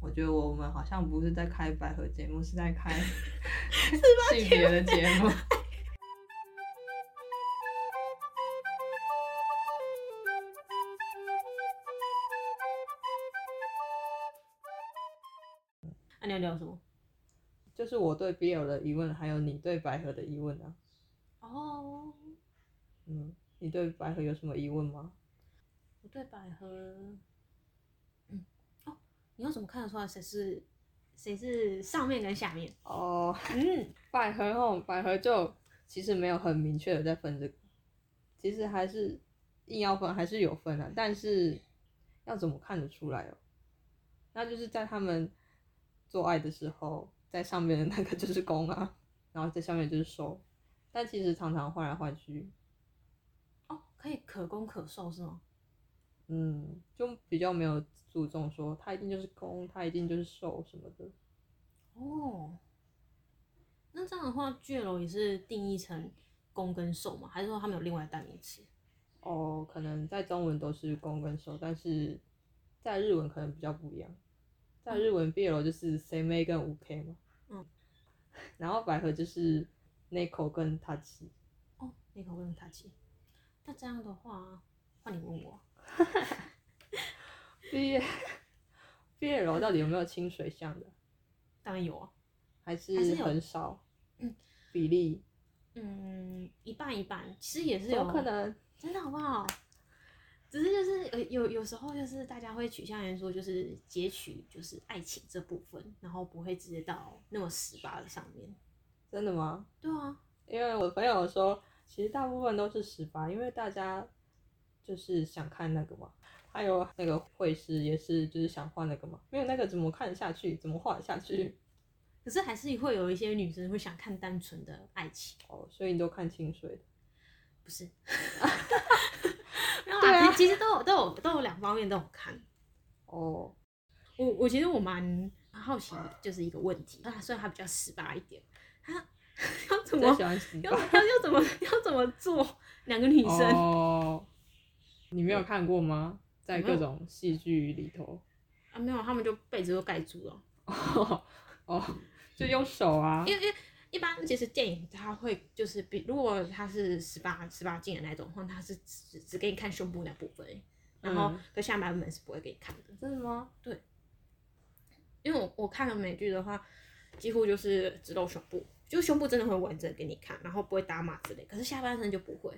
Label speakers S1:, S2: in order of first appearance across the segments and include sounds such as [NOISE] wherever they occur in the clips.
S1: 我觉得我们好像不是在开百合节目，是在开性别的节目。
S2: 那、啊你要聊什么？
S1: [LAUGHS] 就是我对 BL 的疑问，还有你对百合的疑问啊。
S2: 哦，
S1: 嗯，你对百合有什么疑问吗？
S2: 我对百合，嗯，哦，你要怎么看得出来谁是谁是上面跟下面？
S1: 哦，
S2: 嗯，
S1: 百合哦，百合就其实没有很明确的在分这个，其实还是硬要分还是有分啊，但是要怎么看得出来哦？那就是在他们做爱的时候，在上面的那个就是攻啊，然后在下面就是受，但其实常常换来换去，
S2: 哦，可以可攻可受是吗？
S1: 嗯，就比较没有注重说他一定就是攻，他一定就是受什么的。
S2: 哦，那这样的话，巨楼也是定义成攻跟受吗？还是说他们有另外的代名词？
S1: 哦，可能在中文都是攻跟受，但是在日文可能比较不一样。在日文 BL 就是 C M A 跟五 K 嘛，
S2: 嗯，
S1: 然后百合就是 Neko 跟 Tachi，
S2: 哦，那个我用他记。那这样的话，换你问我。
S1: [LAUGHS] BL BL 到底有没有清水向的，
S2: 当然有啊，
S1: 还
S2: 还
S1: 是
S2: 是有
S1: 很少
S2: 嗯
S1: 比例？
S2: 嗯，一半一半，其实也是
S1: 怎
S2: 有
S1: 么可能？
S2: 真的好不好？只是就是呃有有时候就是大家会取向于说就是截取就是爱情这部分，然后不会直接到那么十八的上面。
S1: 真的吗？
S2: 对啊，
S1: 因为我朋友说，其实大部分都是十八，因为大家就是想看那个嘛，还有那个会师也是就是想画那个嘛，没有那个怎么看得下去，怎么画得下
S2: 嗯
S1: 去？
S2: 可是还是会有一些女生会想看单纯的爱情，
S1: 哦，所以你都看清水的，
S2: 不是？ [LAUGHS] 没有
S1: 对啊
S2: 啊，其其实都有都有都有两方面都有看。
S1: 哦，
S2: 我我其实我蛮好奇，就是一个问题啊，虽然它比较十八一点，它要怎么
S1: 最喜欢十
S2: 要
S1: 八。
S2: 要要怎么要怎么做？两个女生、
S1: 哦，你没有看过吗？在各种戏剧里
S2: [LAUGHS]
S1: 头，
S2: 啊，没有，他们就被子都盖住了。
S1: 哦，就用手啊，
S2: 因为因为一般其实电影它会就是比如果它是十八十八禁的那种的话，它是只只给你看胸部那部分而已，然后
S1: 嗯
S2: 跟下半部分是不会给你看的。
S1: 真的吗？
S2: 因为我我看了美剧的话，几乎就是只露胸部，就胸部真的会完整给你看，然后不会打码之类，可是下半身就不会。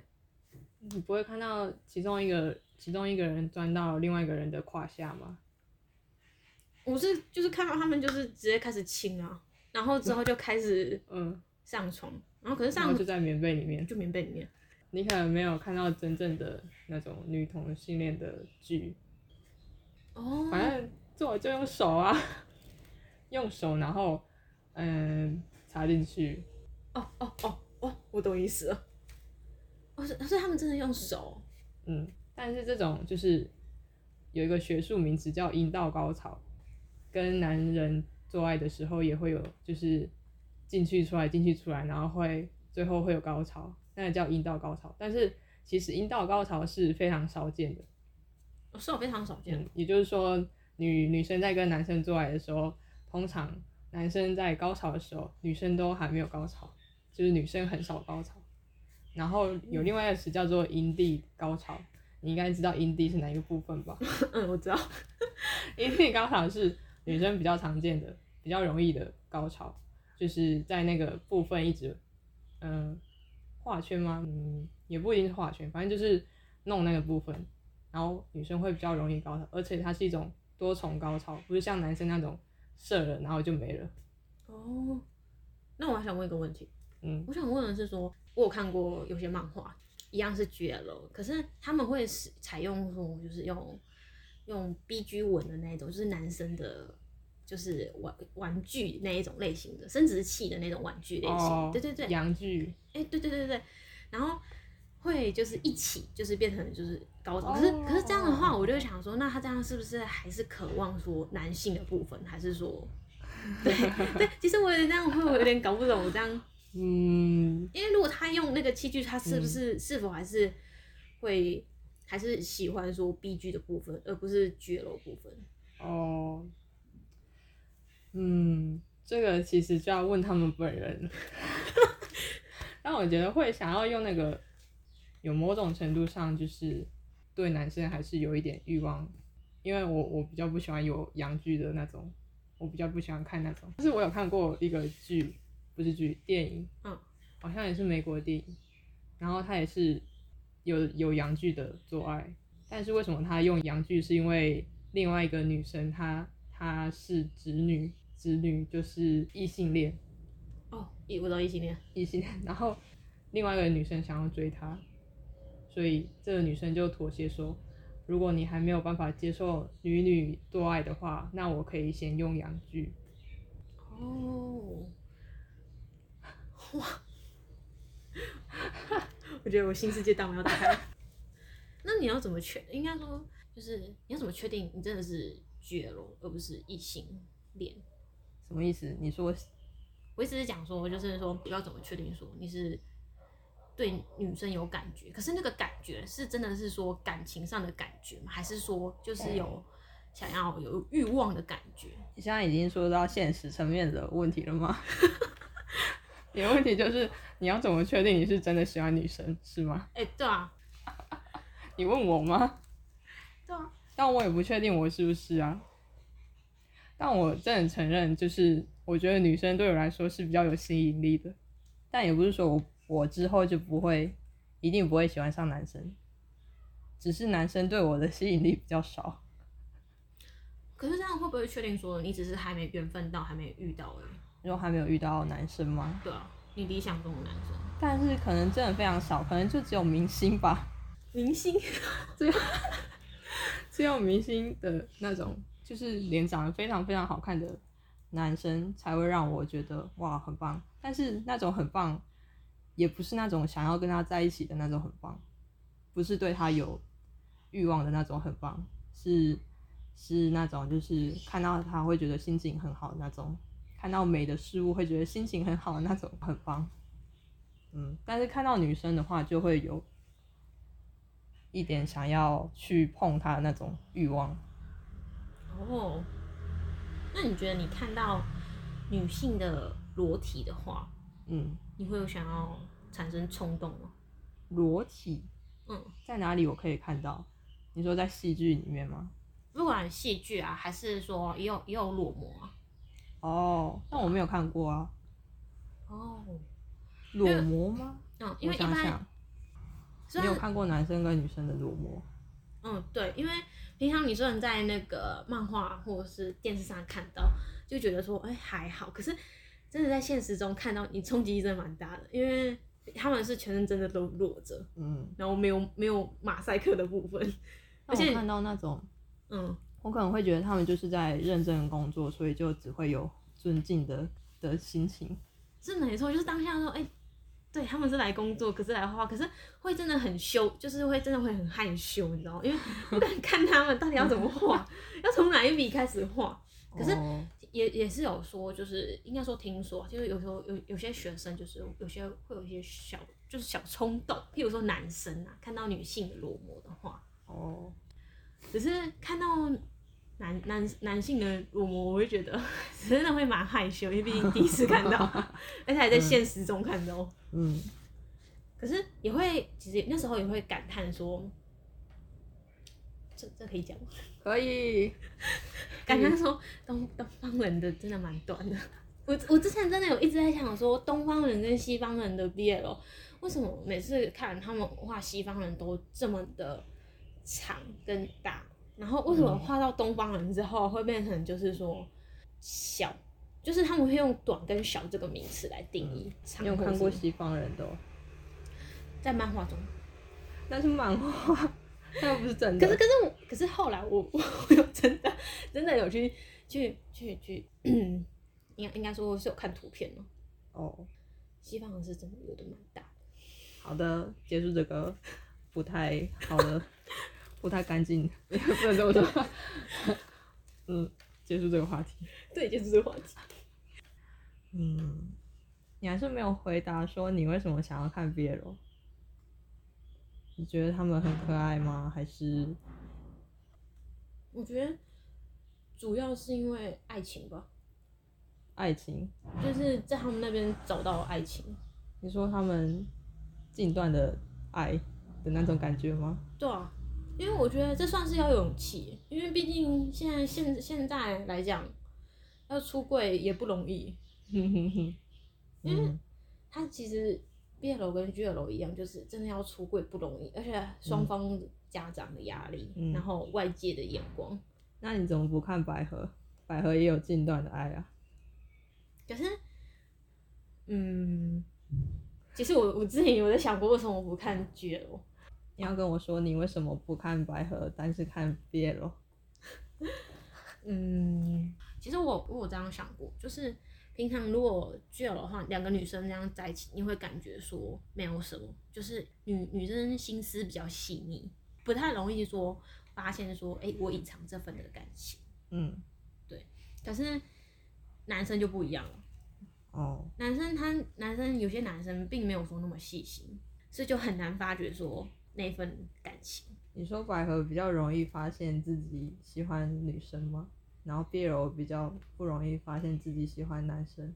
S1: 你不会看到其中一个其中一个人钻到另外一个人的胯下吗？
S2: 我是就是看到他们就是直接开始亲啊，然后之后就开始
S1: 嗯，
S2: 上床，然后可是
S1: 然
S2: 上
S1: 后就在棉被里面。
S2: 就棉被啊里面。
S1: 你可能没有看到真正的那种女同性恋的剧，
S2: 哦，
S1: 反正做就用手啊， [LAUGHS] 用手，然后嗯插进去，
S2: 哦哦哦哦，我懂意思了。哦，是是他们真的用手
S1: 嗯，但是这种就是有一个学术名词叫阴道高潮，跟男人做爱的时候也会有，就是进去出来进去出来，然后会最后会有高潮，那个叫阴道高潮，但是其实阴道高潮是非常少见的。
S2: 哦，手非常少见
S1: 嗯，也就是说，女女生在跟男生做爱的时候，通常男生在高潮的时候，女生都还没有高潮，就是女生很少高潮。然后有另外一个词叫做阴蒂高潮，你应该知道阴蒂是哪一个部分吧？
S2: 嗯，我知道。
S1: 阴蒂高潮是女生比较常见的、比较容易的高潮，就是在那个部分一直，嗯、画圈吗？嗯，也不一定是画圈，反正就是弄那个部分，然后女生会比较容易高潮，而且它是一种多重高潮，不是像男生那种射了然后就没了。
S2: 哦，那我还想问一个问题，
S1: 嗯，
S2: 我想问的是说，我有看过有些漫画，一样是 GL，可是他们会使采用说就是用用 BG 文的那一种，就是男生的。就是玩玩具那一种类型的生殖器的那种玩具类型，
S1: 哦，
S2: 对对对，
S1: 阳具
S2: 哎、对对对对，然后会就是一起就是变成就是高潮，
S1: 哦
S2: 可是可是这样的话，我就会想说，那他这样是不是还是渴望说男性的部分，还是说？ [LAUGHS] 对对，其实我有点这样会，我有点搞不懂我这样，
S1: 嗯，
S2: 因为如果他用那个器具，他是不是、是否还是会还是喜欢说 B G 的部分，而不是 G L 部分？
S1: 哦，嗯这个其实就要问他们本人了。 [LAUGHS] 但我觉得会想要用那个，有某种程度上就是对男生还是有一点欲望，因为我我比较不喜欢有洋剧的那种，我比较不喜欢看那种。但是我有看过一个剧，不是剧，电影，
S2: 嗯，
S1: 好像也是美国的电影，然后它也是有有洋剧的做爱，但是为什么他用洋剧？是因为另外一个女生她她是直女，直女就是异性恋，
S2: 哦，一我到异性恋，
S1: 异性恋，然后另外一个女生想要追他，所以这个女生就妥协说，如果你还没有办法接受女女做爱的话，那我可以先用洋剧。
S2: 哦，哇！我觉得我新世界大门要打 [LAUGHS] 开。那你要怎么确？应该说，就是你要怎么确定你真的是 G L 而不是异性恋？
S1: 什么意思？你说
S2: 我一直是讲说，就是说不要怎么确定说你是对女生有感觉，可是那个感觉是真的是说感情上的感觉吗？还是说就是有想要有欲望的感觉？
S1: 你现在已经说到现实层面的问题了吗？ [LAUGHS] 你的问题就是你要怎么确定你是真的喜欢女生是吗？
S2: 哎、对啊，
S1: 你问我吗？
S2: 对啊，
S1: 但我也不确定我是不是啊。但我真的承认，就是我觉得女生对我来说是比较有吸引力的，但也不是说我我之后就不会，一定不会喜欢上男生，只是男生对我的吸引力比较少。
S2: 可是这样会不会确定说你只是还没缘分到，还没遇到而已？
S1: 因为还没有遇到男生吗？
S2: 对啊，你理想中的男生
S1: 但是可能真的非常少，可能就只有明星吧，
S2: 明星，
S1: 只有明星的那种，就是脸长得非常非常好看的男生才会让我觉得哇很棒。但是那种很棒，也不是那种想要跟他在一起的那种很棒，不是对他有欲望的那种很棒，是是那种就是看到他会觉得心情很好的那种，看到美的事物会觉得心情很好的那种很棒。嗯，但是看到女生的话，就会有一点想要去碰她的那种欲望。
S2: 哦，那你觉得你看到女性的裸体的话，
S1: 嗯，
S2: 你会有想要产生冲动吗？
S1: 裸体
S2: 嗯。
S1: 在哪里我可以看到？你说在戏剧里面吗？
S2: 不管戏剧啊，还是说也有也有裸模啊。
S1: 哦，那我没有看过啊。
S2: 哦，
S1: 裸模吗？
S2: 嗯，因
S1: 我
S2: 为一
S1: 想
S2: 般
S1: 想，
S2: 虽
S1: 你有
S2: 然
S1: 看过男生跟女生的裸模？
S2: 嗯对，因为平常你虽然在那个漫画或者是电视上看到，就觉得说哎、还好，可是真的在现实中看到，你冲击力真的蛮大的，因为他们是全身真的都裸着，
S1: 嗯，
S2: 然后没有没有马赛克的部分， [LAUGHS]
S1: 那
S2: 而且
S1: 我看到那种，
S2: 嗯
S1: 我可能会觉得他们就是在认真地工作，所以就只会有尊敬的的心情。
S2: 是没错，就是当下说，哎、对他们是来工作，可是来画画，可是会真的很羞，就是会真的会很害羞，你知道吗？因为不敢看他们到底要怎么 [LAUGHS] 画，要从哪一笔开始画。可是
S1: 哦
S2: 也也是有说，就是应该说听说，就是有时候有有些学生就是有些会有一些小就是小冲动，譬如说男生啊，看到女性的裸模的话，
S1: 哦，
S2: 只是看到男男男性的裸模，我会觉得 [LAUGHS] 真的会蛮害羞，因为毕竟第一次 [LAUGHS] 看到，而且还在现实中看到。
S1: 嗯，
S2: 可是也会，其实那时候也会感叹说，这这可以讲吗，
S1: 可以。
S2: 感叹说东东方人的真的蛮短的。 [LAUGHS] 我我之前真的有一直在想说，东方人跟西方人的 BL 为什么每次看他们画西方人都这么的长跟大，然后为什么
S1: 嗯
S2: 画到东方人之后会变成就是说小，就是他们会用短跟小这个名词来定义长
S1: 你有
S2: 或
S1: 看过
S2: 是
S1: 西方人的、哦？
S2: 在漫画中。
S1: 那是漫画， [LAUGHS] 那又不是真的。
S2: 可是可是我可是后来我 [LAUGHS] 我我有真的真的有去去去去，应该应该说我是有看图片哦，
S1: 哦，
S2: 西方人是真的有的蛮大的，
S1: 好的，结束这个 [LAUGHS] 不太好的， [LAUGHS] 不太干净， [LAUGHS] 不能这么说。 [LAUGHS] 嗯，结束这个话题。
S2: 对，就是这个话题。
S1: 嗯，你还是没有回答说你为什么想要看 BL？你觉得他们很可爱吗？还是
S2: 我觉得主要是因为爱情吧，
S1: 爱情？
S2: 就是在他们那边找到爱情。
S1: 你说他们近段的爱的那种感觉吗？
S2: 对啊，因为我觉得这算是要有勇气，因为毕竟现在现现在来讲，要出柜也不容易。
S1: 哼哼哼，
S2: 因为
S1: 嗯
S2: 他其实 BL 跟 GL 一样，就是真的要出柜不容易，而且双方家长的压力，
S1: 嗯
S2: 然后外界的眼光。
S1: 那你怎么不看百合？百合也有近段的爱啊。
S2: 可是，嗯，其实我我之前有在想过，为什么我不看 GL？
S1: 你要跟我说你为什么不看百合，但是看 BL？
S2: 嗯，其实我我有这样想过，就是平常如果 GL 的话，两个女生这样在一起，你会感觉说没有什么，就是女女生心思比较细腻，不太容易说发现说，哎、我隐藏这份的感情。
S1: 嗯，
S2: 可是男生就不一样了，
S1: 哦，
S2: 男生他男生有些男生并没有说那么细心，所以就很难发觉说那份感情。
S1: 你说百合比较容易发现自己喜欢女生吗？然后 BL 比较不容易发现自己喜欢男生，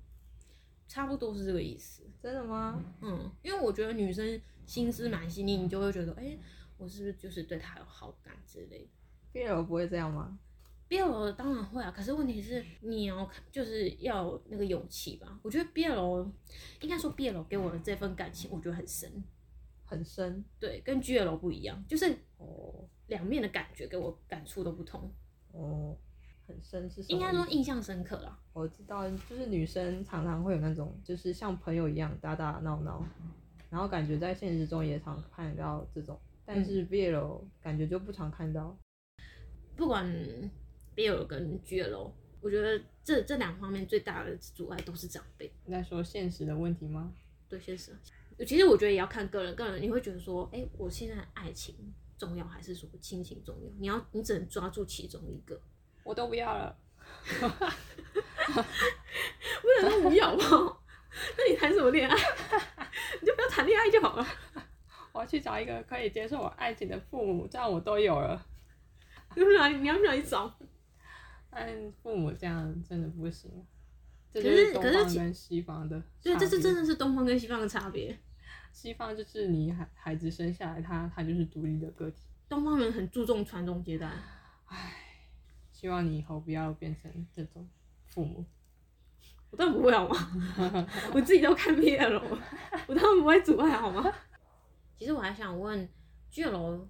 S2: 差不多是这个意思，
S1: 真的吗？
S2: 嗯，因为我觉得女生心思蛮细腻，你就会觉得，哎、我是不是就是对他有好感之类的？
S1: BL 不会这样吗？
S2: BL 当然会啊，可是问题是你要看，就是要有那个勇气吧。我觉得 BL 应该说 BL 给我的这份感情，我觉得很深，
S1: 很深
S2: 对，跟 GL 不一样，就是
S1: 哦
S2: 两面的感觉给我感触都不同，
S1: 哦，很深是什么
S2: 应
S1: 意思？
S2: 该说印象深刻啦。
S1: 我知道，就是女生常常会有那种，就是像朋友一样打打闹闹，然后感觉在现实中也常看到这种，但是 BL 感觉就不常看到。
S2: 不管 BL 跟 GL，我觉得这这两方面最大的阻碍都是长辈。
S1: 你在说现实的问题吗？
S2: 对，先生，其实我觉得也要看个人，个人你会觉得说，哎、我现在爱情重要还是说亲情重要？你要你只能抓住其中一个， [LAUGHS]
S1: 我都不要了。
S2: 不能都不要吧？哦那你谈什么恋爱？ [LAUGHS] 你就不要谈恋爱就好了。
S1: 我要去找一个可以接受我爱情的父母，这样我都有了。
S2: 你要不要？你要不要去找？
S1: 但父母这样真的不行，这
S2: 可
S1: 就是东
S2: 可是
S1: 方
S2: 其
S1: 跟西方的
S2: 对，这
S1: 差
S2: 是
S1: 别
S2: 真的是东方跟西方的差别。
S1: 西方就是你孩孩子生下来他他就是独立的个体。
S2: 东方人很注重传宗接代，
S1: 唉，希望你以后不要变成这种父
S2: [LAUGHS]
S1: 母。
S2: 我当然不会好吗？ [LAUGHS] 我自己都看 BL 了，我当然不会阻碍好吗？其实我还想问，GL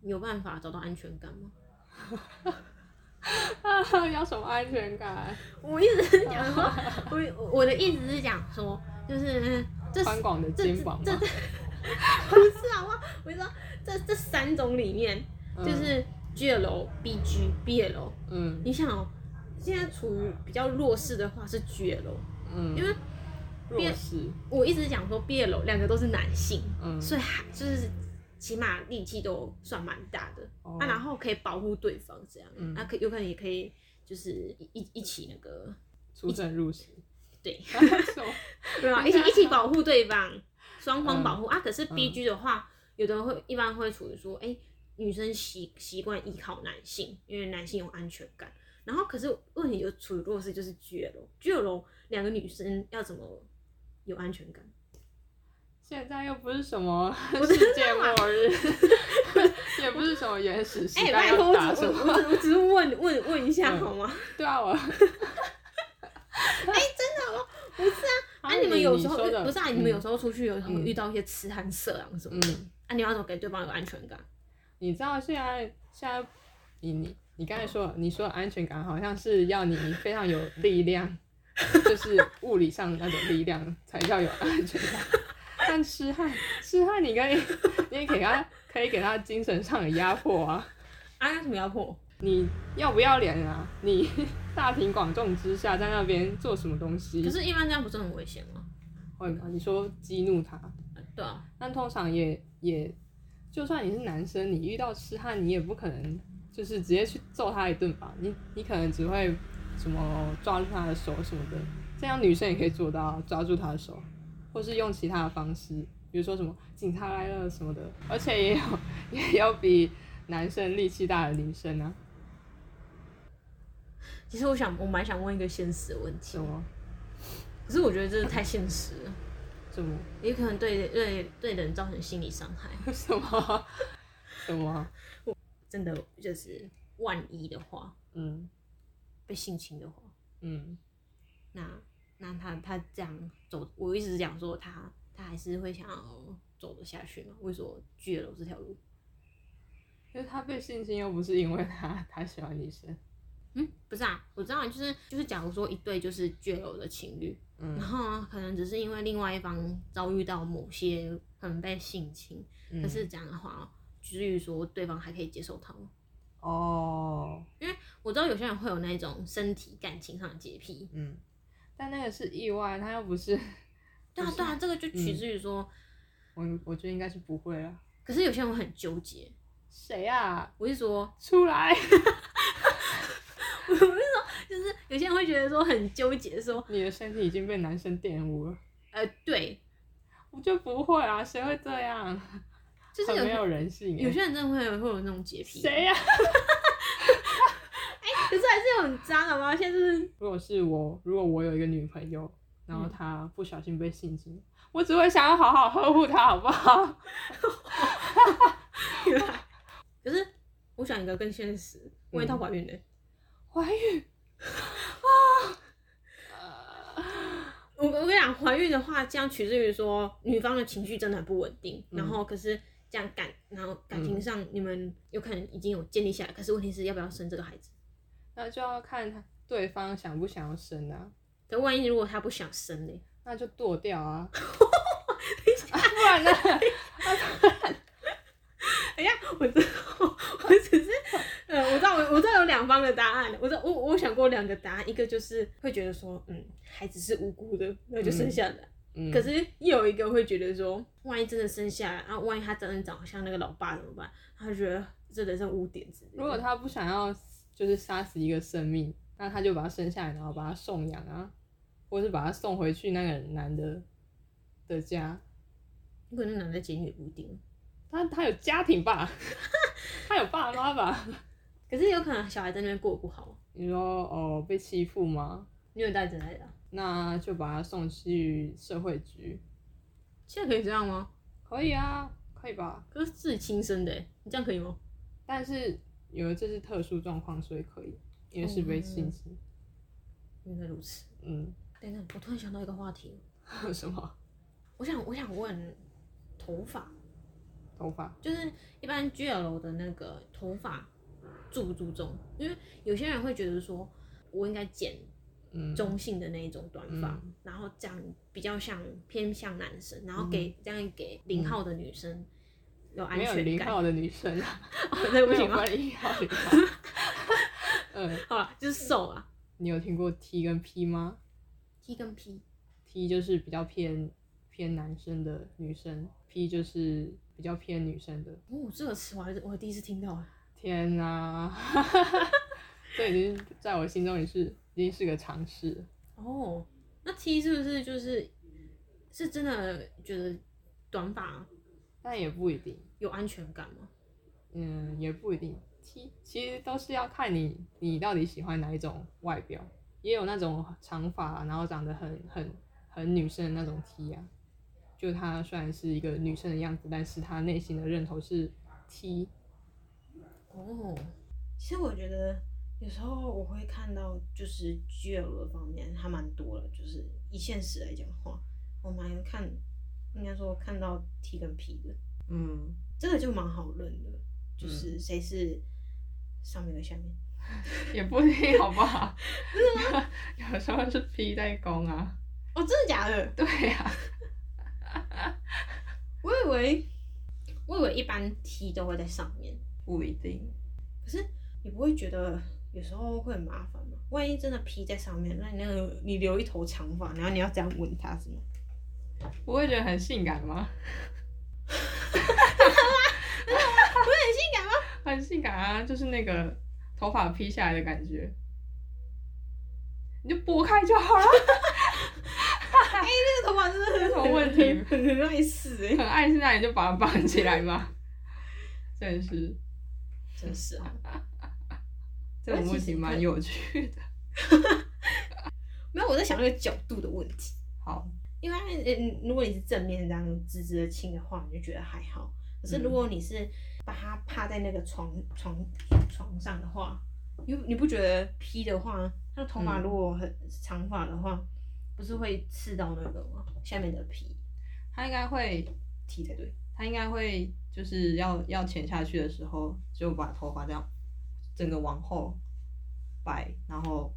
S2: 有办法找到安全感吗？
S1: 啊，要什么安全感？
S2: 我一直是讲说， [LAUGHS] 我我我的意思是讲说，就是这
S1: 宽广的
S2: 这
S1: 肩膀
S2: 这 [LAUGHS]
S1: 吗
S2: 这不是好吗？我就说这这三种里面，
S1: 嗯
S2: 就是 GL、BG、BL，
S1: 嗯
S2: 你想哦，现在处于比较弱势的话是 GL，
S1: 嗯，
S2: 因为
S1: 弱势，
S2: 我一直讲说 BL 两个都是男性，
S1: 嗯，
S2: 所以还就是起码力气都算蛮大的、
S1: 哦
S2: 啊，然后可以保护对方这样，
S1: 嗯
S2: 啊可有可能也可以就是一一一起那个
S1: [LAUGHS] 出生入死，[LAUGHS]
S2: 对。
S1: 什么
S2: 对啊，一起一起保护对方，双方保护、啊。可是
S1: 嗯
S2: B G 的话，有的人会一般会处于说，哎、女生习习惯依靠男性，因为男性有安全感。然后可是问题就处于弱势，就是 G L G L 两个女生要怎么有安全感？
S1: 现在又不是什么世界末
S2: [LAUGHS]
S1: 日，也不是什么原始时
S2: 哎、
S1: 代
S2: 拜托，
S1: 要
S2: 我
S1: 打
S2: 只
S1: 什
S2: 我
S1: 么。
S2: 我只我只是问问问一下
S1: 嗯
S2: 好吗？
S1: 对啊，我
S2: 哎不是
S1: [LAUGHS]
S2: 啊，啊
S1: 啊
S2: 你们
S1: 你
S2: 有
S1: 你
S2: 时候
S1: 说的
S2: 不是啊，你们有
S1: 嗯
S2: 时候出去有时候会
S1: 嗯
S2: 遇到一些痴汉色狼什么的，
S1: 嗯，
S2: 啊，你要怎么给对方有安全感？
S1: 你知道现在现在你你你刚才说你说的安全感好像是要你非常有力量，就是物理上的那种力量才叫有安全感。但痴汉痴汉，你可以你也给他可以给他精神上的压迫啊。
S2: 啊，要怎么压迫？
S1: 你要不要脸啊？你 [LAUGHS] 大庭广众之下在那边做什么东西？
S2: 可是，一般这样不是很危险吗？
S1: 会吗？你说激怒他，
S2: 啊对啊，
S1: 但通常也也，就算你是男生，你遇到痴汉，你也不可能就是直接去揍他一顿吧？你你可能只会什么抓住他的手什么的，这样女生也可以做到啊抓住他的手，或是用其他的方式，比如说什么警察来了什么的，而且也有也有比男生力气大的女生啊，
S2: 其实我想，我蛮想问一个现实的问题
S1: 什，么
S2: 可是我觉得这是太现实了，
S1: 什么
S2: 也可能对对对人造成心理伤害。
S1: [LAUGHS] 什么什么？
S2: 真的就是万一的话，
S1: 嗯
S2: 被性侵的话，
S1: 嗯
S2: 那那他他这样走，我一直讲说他他还是会想要走得下去嘛？为什么拒了这条路？
S1: 可是他被性侵又不是因为他他喜欢女生，
S2: 嗯，不是啊，我知道，就是就是，假如说一对就是倔柔的情侣，
S1: 嗯
S2: 然后啊可能只是因为另外一方遭遇到某些可能被性侵，
S1: 嗯
S2: 可是这样的话，至于说对方还可以接受他吗？
S1: 哦，
S2: 我知道有些人会有那种身体感情上的洁癖，
S1: 嗯，但那个是意外，他又不是， [LAUGHS]
S2: 对啊对啊，这个就取
S1: 嗯
S2: 之于说，
S1: 我我觉得应该是不会啊。
S2: 可是有些人会很纠结，
S1: 谁啊？
S2: 我是说，
S1: 出来！ [LAUGHS]
S2: 我是说，就是有些人会觉得说很纠结说
S1: 你的身体已经被男生玷污了，
S2: 呃，对，
S1: 我就不会啊，谁会这样？
S2: 就是
S1: 很
S2: 有
S1: 没有人性欸。
S2: 有些人真的会有会有那种洁癖，
S1: 谁呀、啊
S2: 可是还是有很渣的吗？现在就是
S1: 如果是我，如果我有一个女朋友，然后她不小心被性侵，我只会想要好好呵护她，好不好？ [LAUGHS]
S2: [LAUGHS] 可是我想一个更现实，万一她怀孕呢、
S1: 怀孕，
S2: 我我跟你讲，怀孕的话，这样取决于说女方的情绪真的很不稳定，
S1: 嗯
S2: 然后可是这样感，然后感情
S1: 嗯
S2: 上你们有可能已经有建立下来，可是问题是要不要生这个孩子？
S1: 那就要看她对方想不想要生啊，
S2: 可万一如果她不想生呢、
S1: 那就剁掉
S2: [LAUGHS]
S1: 啊。啊不然呢？
S2: 哎呀，我知道，我只是，呃，我知道，我我知道有两方的答案，我知道，我我想过两个答案，一个就是会觉得说，嗯，孩子是无辜的，那就生下来。
S1: 嗯
S2: [LAUGHS] 可是又有一个会觉得说，万一真的生下来，然、后万一他真的长得像那个老爸怎么办？他就觉得这人生污点之类的。
S1: 如果她不想要，就是杀死一个生命，那她就把它生下来，然后把它送养啊，或是把它送回去那个男的的家。
S2: 有可能男的监狱也不一定，
S1: 他他有家庭吧， [LAUGHS] 他有爸妈吧？ [LAUGHS]
S2: 可是有可能小孩在那边过得不好，
S1: 你说哦被欺负吗？
S2: 虐待之类的。
S1: 那就把他送去社会局，
S2: 现在可以这样吗？
S1: 可以啊，可以吧？
S2: 可是自己亲生的欸，你这样可以吗？
S1: 但是因为这是特殊状况，所以可以，因为是被性侵。
S2: 原来如此。
S1: 嗯，
S2: 等等，我突然想到一个话题，
S1: 什么
S2: 我想我想问，头发
S1: 头发？
S2: 就是一般 GL 的那个头发注不注重？因为有些人会觉得说，我应该剪
S1: 嗯，
S2: 中性的那一种短发，
S1: 嗯
S2: 然后这样比较像偏向男生，然后
S1: 嗯
S2: 给、这样给零号的女生有安
S1: 没有
S2: 全
S1: 零
S2: 感。
S1: 号的女生啊，
S2: 哦， [LAUGHS] 对不
S1: 嗯没
S2: 起
S1: 有
S2: 吗？
S1: 零号零号。嗯，
S2: 好了，就是瘦啊
S1: 你有听过 T 跟 P 吗
S2: ，T 跟 P，
S1: ？T 就是比较偏偏男生的女生，P 就是比较偏女生的。
S2: 哦，这个词我还是我第一次听到啊，
S1: 天哪、 [LAUGHS] 这已经在我心中也是已经是个尝试了。
S2: 哦，那 T 是不是就是是真的觉得短发
S1: 但也不一定，
S2: 有安全感吗？
S1: 嗯，也不一定。其其实都是要看你你到底喜欢哪一种外表，也有那种长发啊然后长得很很很女生的那种 T 啊，就她虽然是一个女生的样子，但是她内心的认同是 T。
S2: 哦，其实我觉得有时候我会看到，就是 GL 的方面还蛮多的，就是以现实来讲的话，我蛮看，应该说看到 T 跟 P 的，
S1: 嗯，
S2: 这个就蛮好认的，就是谁是上面跟下面。
S1: 也不一定，好不 [LAUGHS] 好？有时候是 P 在攻啊。
S2: 哦，真的假的？
S1: 对啊呀、
S2: 我以为，我以为一般 T 都会在上面，
S1: 不一定。
S2: 可是你不会觉得有时候会很麻烦吗？万一真的 P 在上面，那你那个你留一头长发，然后你要这样吻他是吗？
S1: 不会觉得很性感吗？不是很性感吗？很性感啊，就是那个头发披下来的感觉，你就拨开就好了。 [LAUGHS]
S2: 这个头发真的
S1: 有什么问题
S2: 很很爱死哎、
S1: 很爱现在你就把它绑起来嘛，真是
S2: 真是啊，
S1: 这种问题蛮有趣的。
S2: 没有我在想那个角度的问题，
S1: 好，
S2: 因为嗯，如果你是正面这样直直的亲的话，你就觉得还好。可是如果你是把它趴在那个床床床上的话，你你不觉得披的话，它的头发
S1: 嗯
S2: 如果很长发的话，不是会刺到那个吗？下面的皮
S1: 他应该会，
S2: 剃才对。
S1: 他应该会就是要要潜下去的时候，就把头发这样整个往后摆，然后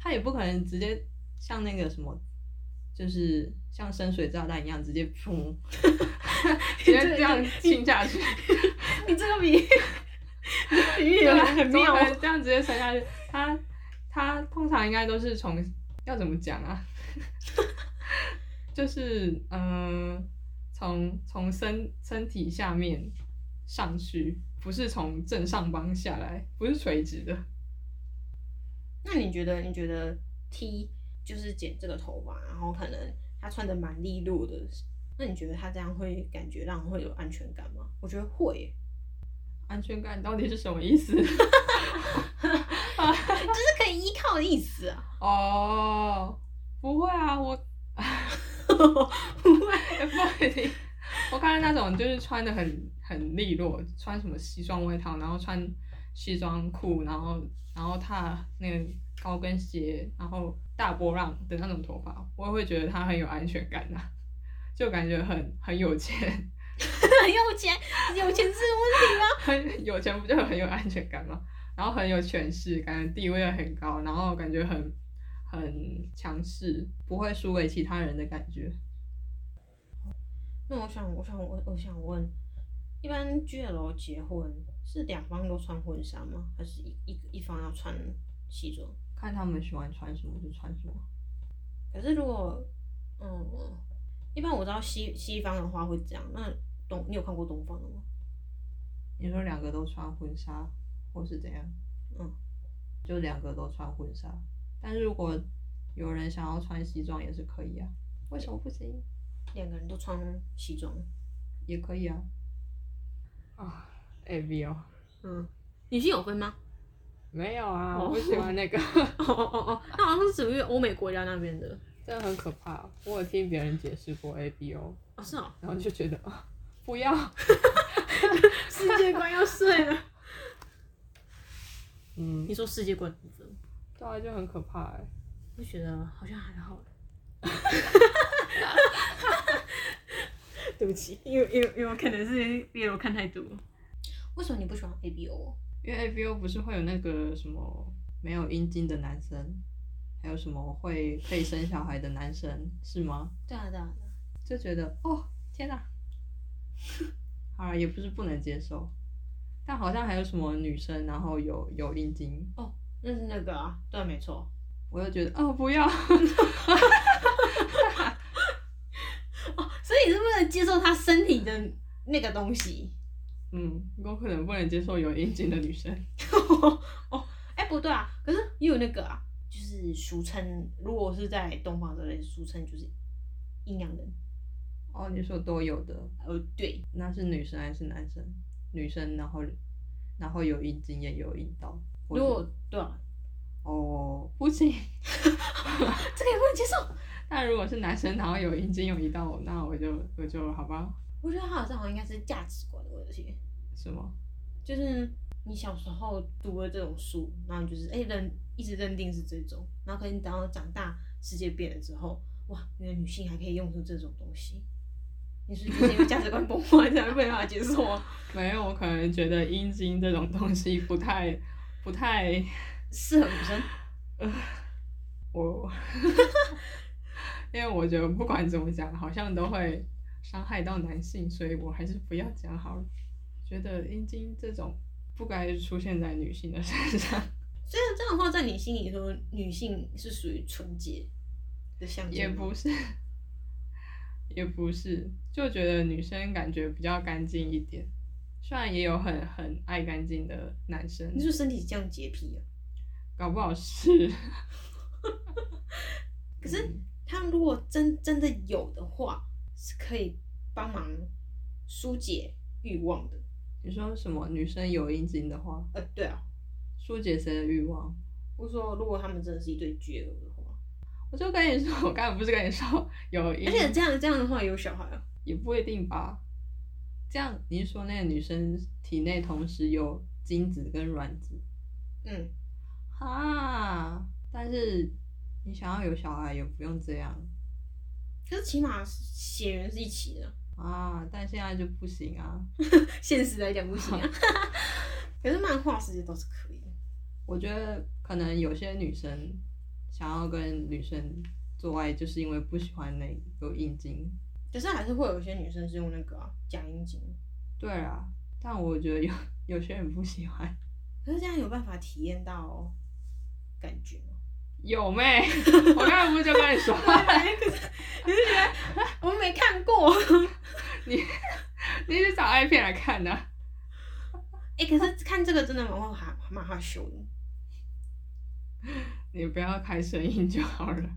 S1: 他也不可能直接像那个什么。就是像深水炸弹一样，直接 [LAUGHS] 砰，直接这样亲下去，
S2: 你这个比你这个 [LAUGHS] 比喻
S1: 对
S2: 有
S1: 啊
S2: 很
S1: 怎么
S2: 妙哦
S1: 可能这样直接沉下去。他他通常应该都是从要怎么讲啊？ [LAUGHS] 就是嗯，从从身身体下面上去，不是从正上方下来，不是垂直的。
S2: 那你觉得？你觉得 T 就是剪这个头发，然后可能他穿的蛮利落的，那你觉得他这样会感觉让人会有安全感吗？我觉得会耶，
S1: 安全感到底是什么意思？ [LAUGHS]
S2: 就是可以依靠的意思 [LAUGHS] 啊。
S1: 哦，不会啊，我不一定。 [LAUGHS] 我看到那种就是穿的很很利落，穿什么西装外套，然后穿西装裤，然后然后踏那个高跟鞋，然后大波浪的那种头发，我也会觉得他很有安全感呐、 [LAUGHS] 就感觉很很有钱，
S2: 有钱，有钱是问题吗？
S1: 很有钱不就很有安全感吗？ [LAUGHS] 然后很有权势，感觉地位很高，然后感觉很很强势，不会输给其他人的感觉。
S2: 那我想，我想问，我想问，一般 GL 结婚是两方都穿婚纱吗？还是一一一方要穿西装？
S1: 看他们喜欢穿什么就穿什么。
S2: 可是如果，嗯，一般我知道西西方的话会这样，那东你有看过东方的吗？
S1: 你说两个都穿婚纱，或是怎样？
S2: 嗯，
S1: 就两个都穿婚纱。但是如果有人想要穿西装也是可以啊，为什么不行？
S2: 两个人都穿西装。
S1: 也可以啊。啊、a v 哦，
S2: 嗯，女性有分吗？ [LAUGHS]
S1: 没有啊，
S2: 哦
S1: 我不喜欢 [LAUGHS] 那个，
S2: 哦哦哦哦，那好像是属于欧美国家那边的。
S1: 真的很可怕。我有听别人解释过 A B O，
S2: 哦，是哦，
S1: 然后就觉得啊，不要。
S2: 世界观要碎了。
S1: 嗯
S2: [LAUGHS] 你，说世界观部分，
S1: 对啊，就很可怕哎、
S2: 我觉得好像还好。 [LAUGHS] 对不起，因为因为因为我可能是因为我看太多。为什么你不喜欢 A B O？
S1: 因为 A B O 不是会有那个什么没有阴茎的男生，还有什么会可以生小孩的男生是吗？
S2: 对啊对啊，对啊
S1: 就觉得哦，天哪！好啊了，也不是不能接受，但好像还有什么女生，然后有有阴茎，
S2: 那是那个啊，对，没错。
S1: 我就觉得哦，不要， [LAUGHS]
S2: 哦，所以你是不能接受他身体的那个东西。
S1: 嗯，我可能不能接受有阴茎的女生。
S2: 哦，哎、不对啊，可是也有那个啊，就是俗称，如果是在东方这类，俗称就是阴阳人。
S1: 哦，你说都有的，
S2: 呃，对，
S1: 那是女生还是男生？女生，然后然后有阴茎也有阴道，或
S2: 如
S1: 者
S2: 果对啊，
S1: 哦不行， [LAUGHS]
S2: 这个也不能接受。
S1: 那如果是男生，然后有阴茎有阴道，那我就我就好吧，
S2: 我觉得他好像好像应该是价值观的问题，
S1: 是吗？
S2: 就是你小时候读了这种书，然后你就是哎认一直认定是这种，然后可能等到长大世界变了之后，哇，原来女性还可以用出这种东西，你是不是就是因为价值观崩坏才没办法接受
S1: [LAUGHS]
S2: 啊？
S1: 没有，我可能觉得阴茎这种东西不太 [LAUGHS] 不太。
S2: 适合女生。
S1: 我，因为我觉得不管怎么讲，好像都会伤害到男性，所以我还是不要讲好了。觉得阴茎这种不该出现在女性的身上， [LAUGHS]
S2: 虽然这样的话，在你心里说，女性是属于纯洁的象征，
S1: 也不是，也不是，就觉得女生感觉比较干净一点。虽然也有很很爱干净的男生
S2: 你，是不是身体这样洁癖啊？
S1: 搞不好是。 [LAUGHS]
S2: 可是他如果真真的有的话，是可以帮忙疏解欲望的。
S1: 你说什么？女生有阴茎的话，
S2: 呃，对啊，
S1: 疏解谁的欲望？
S2: 我说如果他们真的是一对绝偶的话，
S1: 我就跟你说，我刚才不是跟你说有阴
S2: 而且这样这样的话有小孩啊，
S1: 也不一定吧？这样你是说那个女生体内同时有精子跟卵子
S2: 嗯，
S1: 哈，但是你想要有小孩也不用这样
S2: 可是起码血缘是一起的，
S1: 啊，但现在就不行啊。
S2: 现实来讲不
S1: [LAUGHS]
S2: 行啊。可是漫画世界倒是可以的，
S1: 我觉得可能有些女生想要跟女生做爱，就是因为不喜欢那有阴茎。
S2: 可是还是会有一些女生是用那个啊假阴茎，
S1: 对啊，但我觉得有有些人不喜欢。
S2: 可是这样有办法体验到感觉吗？
S1: 有妹，我刚才不是就跟你说，
S2: 可是你是觉得我没看 [LAUGHS] 过，
S1: [LAUGHS] 你是找 A 片来看的、
S2: 哎、可是看这个真的蛮好还蛮害羞的。
S1: 你不要开声音就好了。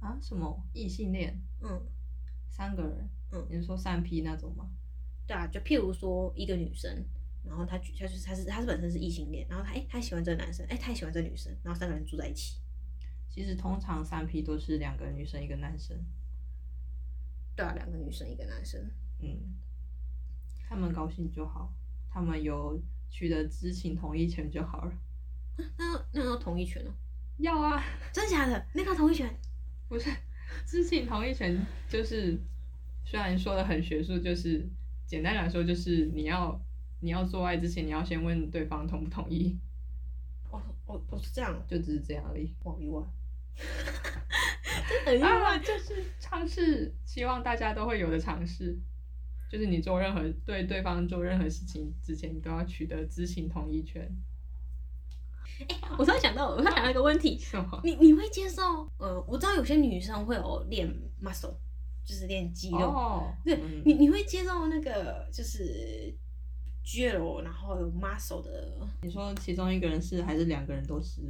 S1: 啊？什么异性恋？
S2: 嗯，
S1: 三个人？
S2: 嗯
S1: 你是说三 P 那种吗？
S2: 对啊，就譬如说一个女生，然后她举她就是她是她是本身是异性恋，然后她哎、她喜欢这个男生，哎、她也喜欢这个女生，然后三个人住在一起。
S1: 其实通常三 P 都是两个女生一个男生，
S2: 对啊，两个女生一个男生。
S1: 嗯，他们高兴就好，他们有取得知情同意权就好了。
S2: 那那要同意权哦？
S1: 要啊，
S2: 真假的？那个同意权？
S1: 不是知情同意权，就是虽然说的很学术，就是简单来说，就是你要你要做爱之前，你要先问对方同不同意，
S2: 哦哦哦，是这样，
S1: 就只是这样而已。
S2: 我意外，真的很意
S1: 啊，
S2: 外。
S1: 就是尝试，希望大家都会有的尝试，就是你做任何对对方做任何事情之前，你都要取得知情同意权。
S2: 我突然想到，我突然想到一个问题，
S1: 什么？
S2: 你你会接受？呃，我知道有些女生会有练 muscle，就是练肌肉。
S1: 哦，
S2: 对
S1: 嗯
S2: 你你会接受那个就是肌肉，然后有 muscle 的？
S1: 你说其中一个人是还是两个人都是？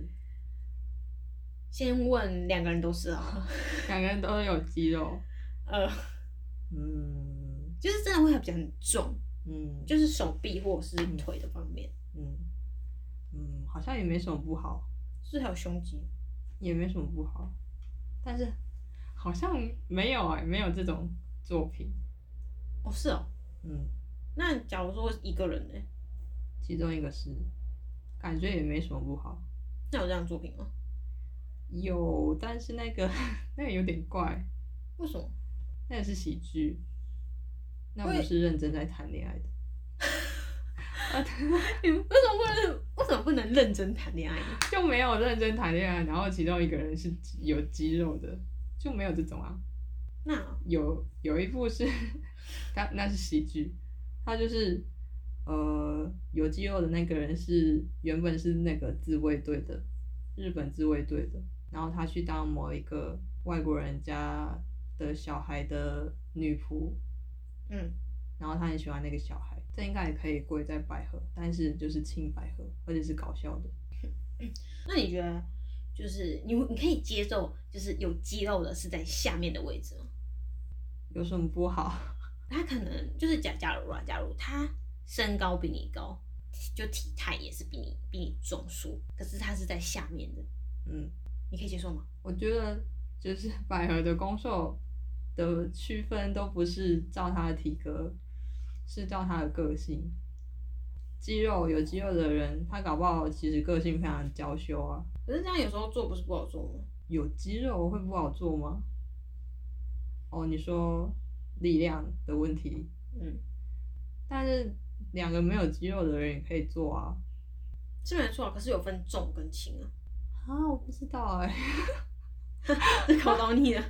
S2: 先问两个人都是啊，
S1: 两个人都有肌肉。
S2: 呃，
S1: 嗯
S2: 就是真的会比较很重，
S1: 嗯，
S2: 就是手臂或者是腿的方面，
S1: 嗯嗯，好像也没什么不好，
S2: 是还有胸肌。
S1: 也没什么不好，但是好像没有哎、没有这种作品。
S2: 哦，是哦。
S1: 嗯，
S2: 那假如说一个人呢？
S1: 其中一个是，感觉也没什么不好。
S2: 那有这样作品吗？
S1: 有，但是那个 [LAUGHS] 那个有点怪，
S2: 为什么？
S1: 那个是喜剧，那
S2: 会
S1: 不是认真在谈恋爱的。啊，
S2: 你们为什么不能为什么不能认真谈恋爱呢？
S1: 就没有认真谈恋爱，然后其中一个人是有肌肉的，就没有这种啊。
S2: 那
S1: 有有一部是，他那是喜剧，他就是呃有肌肉的那个人是原本是那个自卫队的，日本自卫队的，然后他去当某一个外国人家的小孩的女仆，
S2: 嗯，
S1: 然后他很喜欢那个小孩，这应该也可以归在百合，但是就是轻百合，而且是搞笑的。
S2: 那你觉得就是你你可以接受就是有肌肉的是在下面的位置吗？
S1: 有什么不好？
S2: 他可能就是假假如啊，假如他身高比你高，就体态也是比你比你中数，可是他是在下面的，
S1: 嗯，
S2: 你可以接受吗？
S1: 我觉得就是 [LAUGHS] 百合的攻受的区分都不是照她的体格，是照她的个性。肌肉有肌肉的人，他搞不好其实个性非常娇羞啊。
S2: 可是这样有时候做不是不好做吗？
S1: 有肌肉会不好做吗？哦，你说力量的问题，
S2: 嗯，
S1: 但是两个没有肌肉的人也可以做啊。
S2: 是没错啊，可是有分重跟轻 [LAUGHS] 啊，
S1: 啊，我不知道哎、
S2: 考到你了。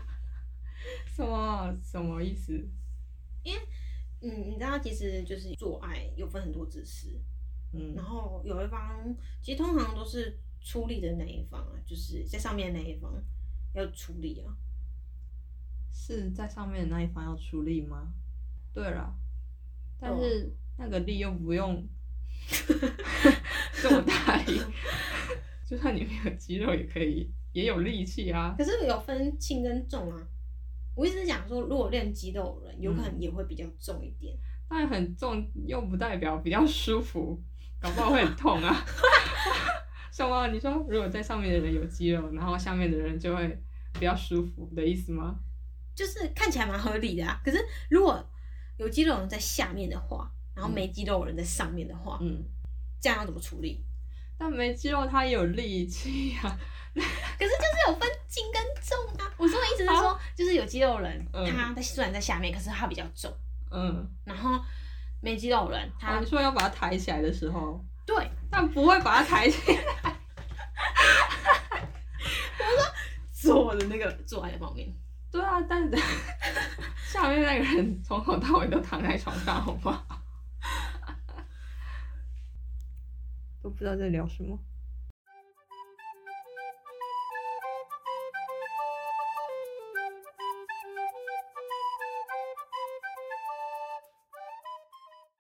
S1: [LAUGHS] 什么啊什么意思？
S2: [LAUGHS] 嗯，你知道其实就是做爱有分很多姿势，
S1: 嗯
S2: 然后有一方其实通常都是出力的那一方啊，就是在上面那一方要出力啊。
S1: 是在上面的那一方要出力吗？对了，但
S2: 对啊
S1: 是那个力又不
S2: [LAUGHS]
S1: 用这么大力，就算你没有肌肉也可以，也有力气啊。
S2: 可是有分轻跟重啊。我一直讲说，如果练肌肉的人，有可能
S1: 嗯
S2: 也会比较重一点。
S1: 但很重又不代表比较舒服，搞不好会很痛啊。 [LAUGHS] 什么？你说如果在上面的人有肌肉，然后下面的人就会比较舒服的意思吗？
S2: 就是看起来蛮合理的啊。可是如果有肌肉人在下面的话，然后没肌肉人在上面的话，
S1: 嗯，
S2: 这样要怎么处理？
S1: 但没肌肉它也有力气啊。
S2: 可是就是有分轻跟重啊。我说的意思是说，就是有肌肉人，
S1: 嗯
S2: 他在虽然在下面，可是他比较重，
S1: 嗯，
S2: 然后没肌肉人
S1: 啊，
S2: 他
S1: 你说要把它抬起来的时候，
S2: 对
S1: 但不会把它抬起 [LAUGHS] 来。
S2: 坐的那个坐在旁边，
S1: 对啊，但下面那个人从头到尾都躺在床上，好不好？都不知道在聊什么。